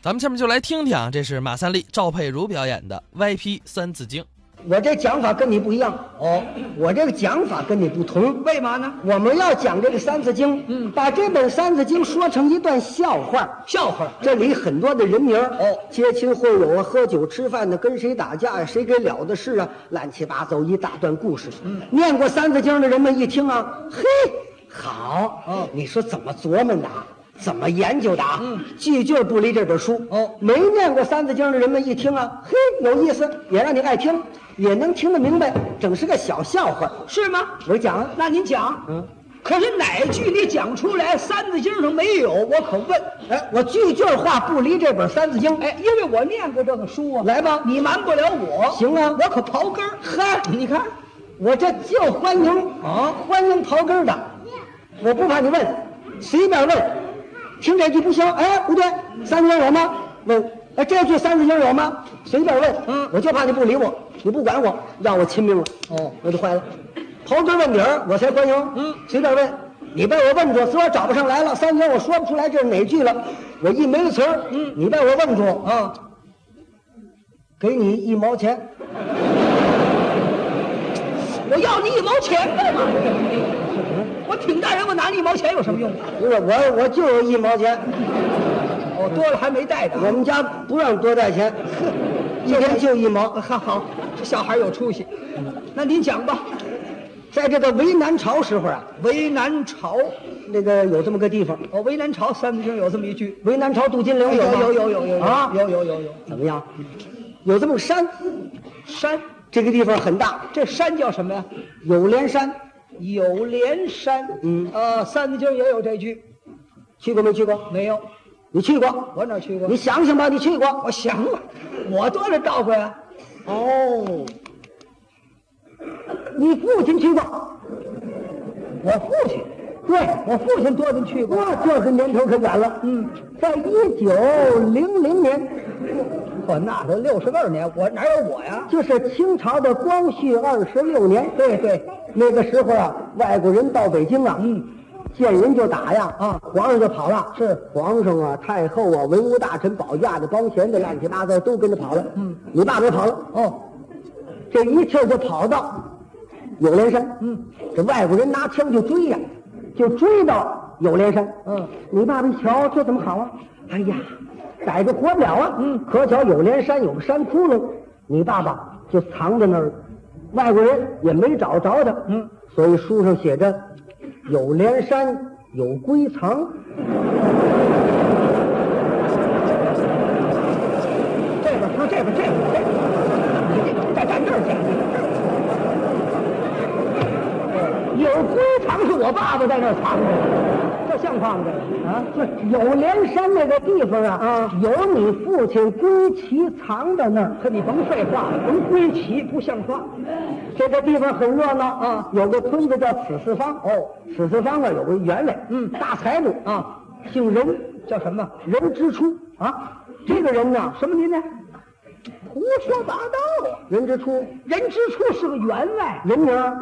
咱们下面就来听听啊，这是马三立、赵佩茹表演的《歪批三字经》。我这讲法跟你不一样哦，我这个讲法跟你不同。为嘛呢？我们要讲这个《三字经》，嗯，把这本《三字经》说成一段笑话。笑话。这里很多的人名儿哦嗯接亲会友啊，喝酒吃饭的，跟谁打架呀、谁跟了的事啊，乱七八糟一大段故事。嗯，念过《三字经》的人们一听啊，嘿，好，哦你说怎么琢磨的啊？怎么研究的啊？嗯，句句不离这本书。哦，没念过《三字经》的人们一听啊，嘿，有意思，也让你爱听，也能听得明白，整是个小笑话。是吗？我讲啊，那您讲。嗯。可是哪句你讲出来《三字经》上没有？我可问。哎，我句句话不离这本《三字经》。哎，因为我念过这个书啊。来吧你瞒不了我。行啊我可刨根儿。嗨你看，我这就欢迎啊欢迎刨根儿的，我不怕你问，随便问，听这句不行，哎，不对，三字经有吗？问，哎，这句三字经有吗？随便问，嗯我就怕你不理我，你不管我，要我亲命了，哦，我就坏了，刨根问底儿我才欢迎，嗯随便问，你被我问住，词儿找不上来了，三字经我说不出来这是哪句了，我一没词儿，嗯你被我问住，啊，给你一毛钱，我要你一毛钱干嘛？我挺大人，我拿你一毛钱有什么用啊？不是我我就有一毛钱。哦，多了还没带着啊。我们家不让多带 钱，一天就一毛。好好，这小孩有出息。那您讲吧。在这个为南朝时候啊，为南朝，那个有这么个地方，哦，为南朝《三字经》有这么一句。为南朝镀金有陵吗？哎有有有有啊，有有有有怎么样？有这么个山，山，这个地方很大，这山叫什么呀？有连山，有连山。嗯呃，《三字经》也有这句，去过没去过？没有？你去过？我哪去过你？想想吧，你去过？我想了，我多少到过呀？哦，你父亲去过？我父亲，对我父亲多您去过，那就是年头可远了。嗯，在一九零零年。我那都六十二年，我哪有我呀？就是清朝的光绪二十六年。对对，那个时候啊，外国人到北京啊，嗯，见人就打呀，啊皇上就跑了。是皇上啊，太后啊，文武大臣、保驾的、帮闲的，乱七八糟都跟着跑了。嗯，你爸没跑了，哦，这一气儿就跑到有连山。嗯，这外国人拿枪就追呀、就追到有连山。嗯，你爸爸一瞧，这怎么好啊？哎呀，逮着活不了啊！嗯，可巧有连山有个山窟窿，你爸爸就藏在那儿，外国人也没找着他。嗯，所以书上写着有连山有龟藏。这边不是这边，这边这边，你这站站这儿讲这儿这儿。有龟藏是我爸爸在那儿藏的，这像话吗？这啊，不是有连山那个地方啊，啊，有你父亲龟旗藏在那儿。可你甭废话了，甭归齐，不像话。这个地方很热闹啊有个村子叫此四方哦，此四方啊有个员外，嗯大财主啊，姓任，叫什么？任之初啊，这个人呢，什么您呢？胡说八道啊！任之初，人之初是个员外，人名儿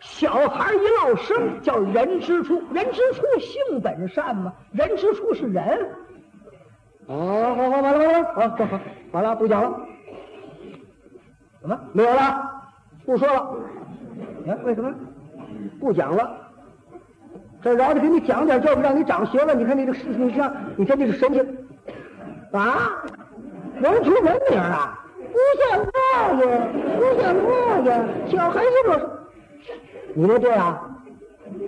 小孩一落生叫人之初。人之初性本善嘛，人之初是人。哦，好好完了完了，好好好，完了不讲了，怎么？没有了，不说了，啊哎，为什么？不讲了。这饶着给你讲点，要不让你长学问。你看你这个，你这样，你看这个神情，啊，人出人名儿啊，不像话呀，不像话呀，小孩是不是？你这这样，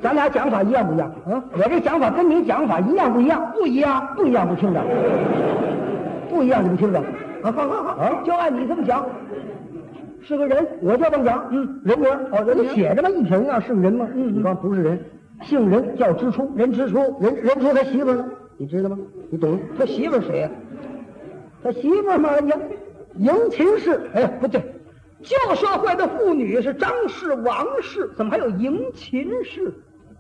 咱俩讲法一样不一样？嗯，我这讲法跟你讲法一样不一样？不一样，不一样，不听着，不一样，你不听着。啊，好好好，啊就按你这么讲。是个人，我就这么讲。嗯，人名哦人名你写着吗？一撇一捺是个人吗？嗯，你刚不是人，姓任叫支出，任支出，任任出他媳妇儿呢？你知道吗？你懂？他媳妇儿啊谁呀？他媳妇儿嘛，迎迎秦氏。哎呀，不对，旧社会的妇女是张氏、王氏，怎么还有迎秦氏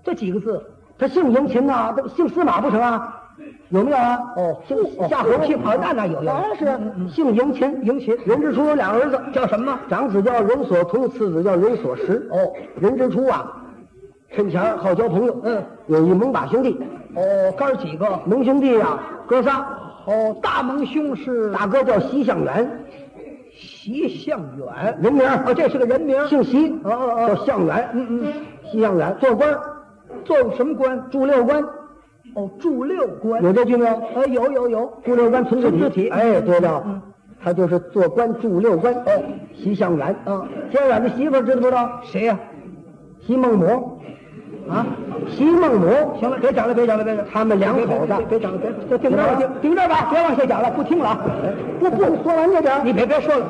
这几个字？他姓迎秦呐，他姓司马不成啊？有没有啊？哦，姓哦夏侯姓哦那那有有嗯当然是啊姓迎秦，迎秦。任之初有俩儿子，叫什么？长子叫任所同，次子叫任所实。哦，任之初啊，趁钱儿好交朋友。嗯，有一猛把兄弟，哦，哥儿几个？蒙兄弟啊，哥仨，哦，大蒙兄是大哥叫席向远，席向远，人名哦，儿这是个人名。姓席，哦哦哦叫向远，嗯嗯，席向远做官，做什么官？驻六关，哦，驻六官。有这句没有？呃，有有有。驻六关存存字字体体，哎，对了嗯，他就是做官驻六关，哦，席向远，嗯，向远的媳妇儿知道不知道？谁呀、席孟母，啊？席孟母，行了，别讲了，别讲了，别讲了。他们两口子别别别讲了，别就顶这儿吧，怎么顶顶这儿吧，别往下讲了，不听了啊。不不，说完这点儿你别别说了，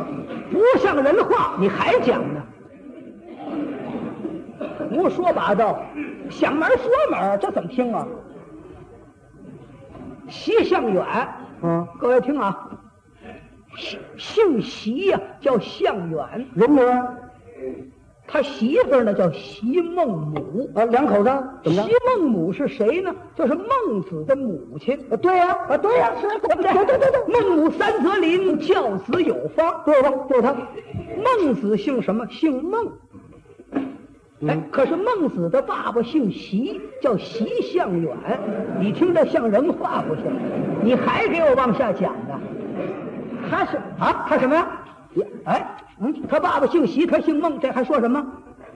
不像人话，你还讲呢？胡说八道，想门儿说门儿，这怎么听啊？席向远，嗯，各位听啊，姓姓席呀、叫向远，人名儿他媳妇儿呢叫席孟母。啊，两口子怎么席着？孟母是谁呢？就是孟子的母亲。啊对呀，啊对呀，是对不对？对对对，孟母三则邻，教子有方。对吧？就是他，孟子姓什么？姓孟。嗯哎，可是孟子的爸爸姓席，叫席向远。你听着像人话不像？你还给我往下讲呢？他是啊，他什么呀？哎，嗯，他爸爸姓席，他姓孟，这还说什么？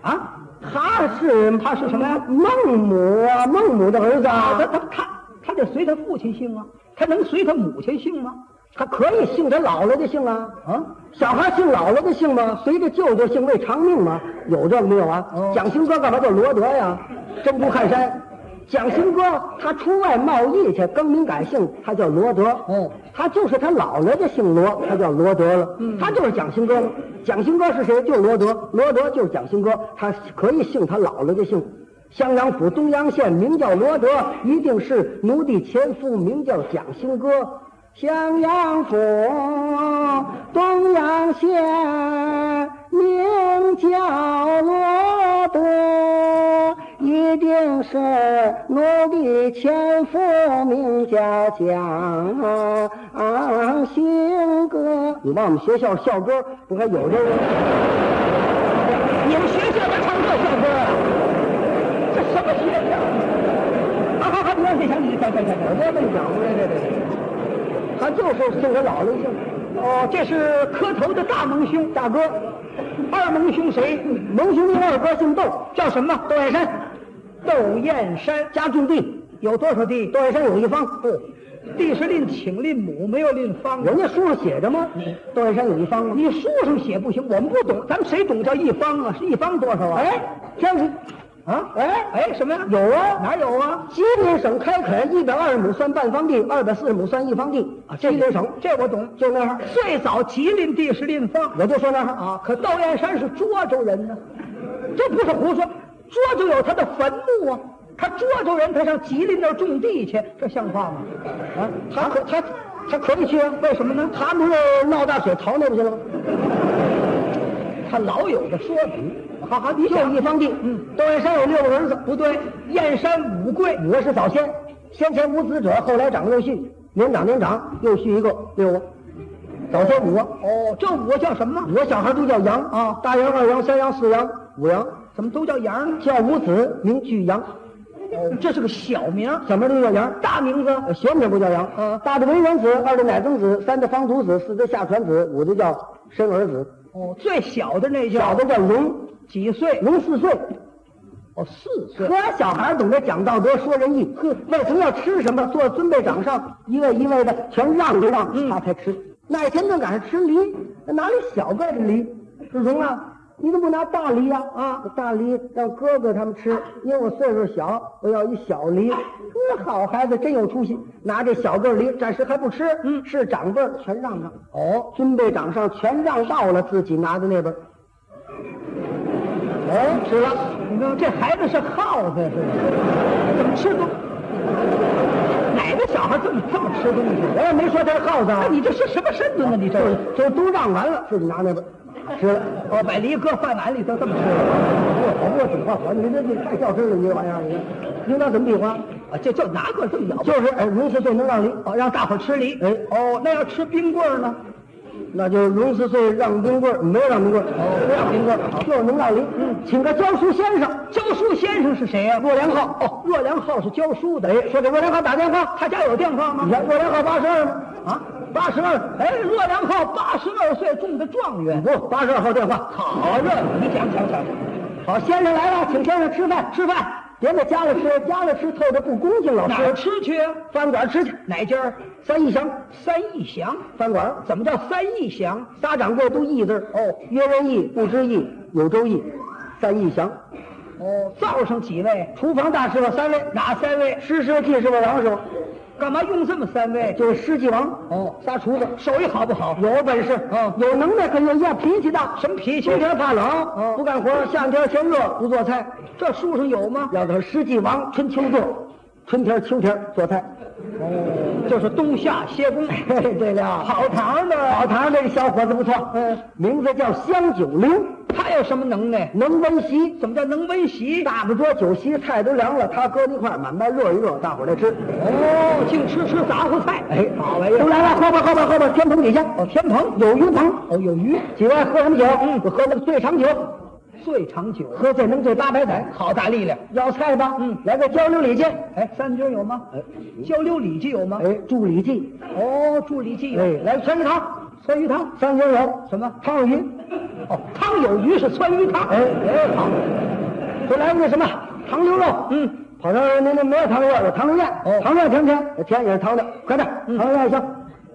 啊，他是他是什么呀？孟母啊，孟母的儿子啊，他啊，他他他得随他父亲姓啊，他能随他母亲姓吗？他可以姓他姥姥的姓啊，啊，小孩姓姥姥的姓吗？随着舅舅姓为长命吗？有这个没有啊？哦蒋兴哥干嘛叫罗德呀？珍珠汗衫。蒋兴哥他出外贸易去，更名改姓，他叫罗德。哦，他就是他姥姥的姓罗，他叫罗德了。嗯，他就是蒋兴哥了。蒋兴哥是谁？就是罗德。罗德就是蒋兴哥，他可以姓他姥姥的姓。襄阳府东阳县名叫罗德，一定是奴婢前夫名叫蒋兴哥。襄阳府东阳县名叫罗德，一定是奴婢前夫名叫蒋兴哥。你往我们学校校歌，不还有这个？你们学校还唱这校歌啊？这什么啊学校？好好好，你让这想你等等等我等，这么讲的，这这这，他就是姓他姥姥姓。哦，这是磕头的大蒙兄大哥，二蒙兄谁？蒙兄弟二哥姓窦，叫什么？窦燕山，窦燕山家住地有多少地？嗯窦燕山有一方。哦，地是吝请吝母，没有吝方。人家书上写着吗？窦燕山有一方吗？你书上写不行，我们不懂，咱们谁懂叫一方啊？是一方多少啊？哎，这是啊哎哎，什么呀？有啊，哪有啊？吉林省开垦一百二十亩算半方地，二百四十亩算一方地啊。吉林省这我懂。就那样，最早吉林地是临方，我就说那样啊。啊，可窦燕山是涿州人呢，这不是胡说。涿州有他的坟墓啊，他涿州人，他上吉林那儿种地去，这像话吗？啊，他可他他可以去啊？为什么呢？他不是闹大水逃那边去了吗？他老有的说理。好好，你就讲一方地，嗯，窦燕山有六个儿子，不对，燕山五贵，五个是早先，先前无子者，后来长又续，年长年长又续一个六个，早先五个，哦，这五个叫什么五？个小孩都叫羊啊大羊、二羊、三羊、四羊、五羊，怎么都叫羊呢？叫五子名俱羊，哦，这是个小名，小名都叫羊。大名字。呃学名不叫羊，嗯大的为人子，二的乃曾子，三的方独子，四的下传子，五的叫申儿子，哦，最小的那叫小的叫龙，几岁？龙四岁。哦，四岁。可小孩懂得讲道德、说仁义，呵，为什么要吃什么？做尊卑长上，一位一位的全让一让，他才吃。嗯那天正赶上吃梨，哪里小个的梨？志荣啊，你怎么不拿大梨呀、啊？啊大梨让哥哥他们吃，因为我岁数小，我要一小梨。嗯，好孩子真有出息，拿这小个梨，暂时还不吃，嗯是长辈儿全让让，哦，尊卑长上全让到了，自己拿的那边儿。哦，吃了。你看这孩子是耗子似的，怎么吃东？哪个小孩这么这么吃东西？我也没说他是耗子啊那，你这是什么身子呢？你这就是就是都让完了，自己拿那边吃了。哦，把梨搁饭碗里头这么吃了我我比划我，你这你太较真了，你这玩意儿，你应当怎么比划？啊？就就拿过来这么咬，就是哎，荣四岁能让梨，哦，让大伙儿吃梨。哎哦，那要吃冰棍儿呢？那就是荣四岁让冰棍儿，没有让冰棍儿，哦不让冰棍儿，就是能让梨。请个教书先生嗯教书先生是谁呀、若良浩，哦，若良浩是教书的。哎，说这若良浩打电话，他家有电话吗你？看若良浩八十二吗？啊，八十二，哎，洛阳号八十二岁中的状元。不，八十二号电话。好热闹，你讲讲讲。好，先生来了，请先生吃饭，吃饭。别在家里吃，家里吃透着不恭敬，老哪师。儿吃去啊？饭馆吃去，哪家儿？三义祥三义祥。饭馆，怎么叫三义祥？仨掌柜都义字儿哦，约人义，不知义，有周义，三义祥。哦，灶上几位？厨房大师傅三位，哪三位？师师替师傅王师傅，干嘛用这么三位？就是师继王。哦仨厨子手艺好不好？有本事，嗯有能耐，可有要脾气大。什么脾气冬？天怕嗯冷，不干活；夏天嫌热，不做菜。这书上有吗？要的是师继王，春秋做，春天秋天做菜。这是冬夏歇工。 嘿，对了，跑堂的，老唐这个小伙子不错，嗯，名字叫香九龄，他有什么能耐？能温席。怎么叫能温席？大不桌酒席菜都凉了，他搁一块儿满班热一热，大伙儿来吃。哦，净吃吃杂烩菜。哎，好玩意儿都来了，喝吧喝吧喝吧，天棚底下哦，天棚有鱼棚，哦，有鱼，几位喝什么酒？嗯，喝那个醉长酒，醉长酒，喝醉能醉八百载。好大力量。要菜吧？嗯，来个交流礼记。哎，三军有吗？交流礼记有吗？哎，助礼记。哦，助理记有。哎，来个川鱼汤，酸鱼汤三斤有什么？汤鱼，哦，汤有鱼是酸鱼汤。哎哎，好。再来个什么糖溜肉？嗯，跑堂说您那没有糖溜肉，有糖溜面。哦糖溜面甜不甜？甜也是糖的，快点，糖溜面也行。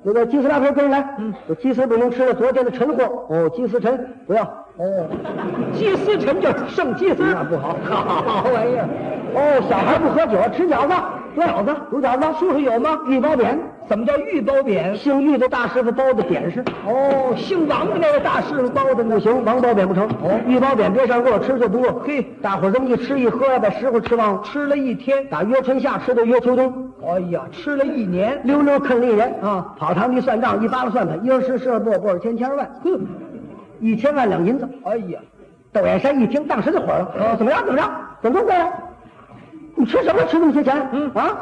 那个鸡丝拉皮跟人来，嗯，有鸡丝不能吃了，昨天的陈货哦，鸡丝陈不要，哦，鸡丝沉就是剩鸡丝，那不 好好玩意儿。哦，小孩不喝酒，吃饺子，饺子煮饺子，叔叔有吗？玉包匾，怎么叫玉包匾？姓玉的大师傅包的匾是，哦，姓王的那位大师傅包的不呢。行，王包匾不成，哦，玉包匾别上锅，吃就不够，嘿大伙儿这么一吃一喝呀，把食物吃忘了，吃了一天，打约春夏吃到约秋冬，哎呀，吃了一年，溜溜坑里人啊跑堂一算账，一巴掌算盘，一而十，十而百，百而千，千而万，呵，一千万两银子。哎呀，窦燕山一听，当时就火了，啊怎么样？怎么样？怎么这么贵？你吃什么？吃那么些钱？嗯啊，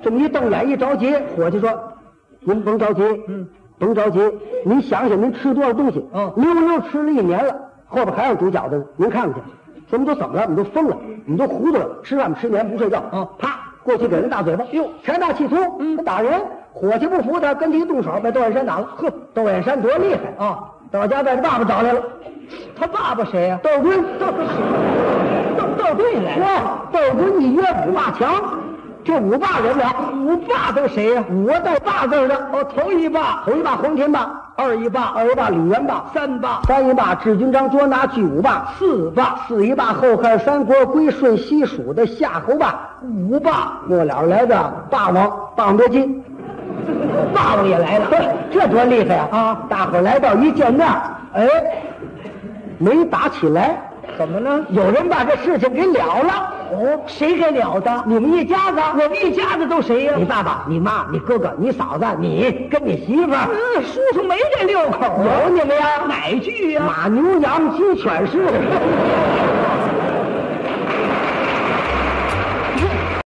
这么一瞪眼一着急，伙计说：“您甭着急，嗯，甭着急，您想想您吃多少东西？嗯溜溜吃了一年了，后边还有煮饺子呢，您看看去。咱们都怎么了？我们都疯了，我们都糊涂了，吃饭不吃眠不睡觉，嗯啪，过去给人大嘴巴，哟，财大气粗，嗯他打人。”伙计不服他，跟他一动手，把窦燕山打了。呵，窦燕山多厉害啊！到家把他爸爸找来了，他爸爸谁呀、窦 军斗斗斗队来说了，窦敦一约五霸强，这五霸人了，五霸都谁呀、五个带霸字儿的，哦，头一霸、头一霸黄天霸，二一霸、二一霸李元霸，三霸、三一霸智军章捉拿巨五霸，四霸、四一霸后汉三国归顺西蜀的夏侯霸，五霸，末了来个霸王霸王别姬，霸王也来了。呵这多厉害呀！啊，大伙儿来到一见面，哎，没打起来，怎么了？有人把这事情给了了。哦，谁给了的？你们一家子，我们一家子都谁呀、你爸爸、你妈、你哥哥、你嫂子、你跟你媳妇儿。嗯，叔叔没这六口啊。有你们呀？哪句呀、马牛羊鸡犬是，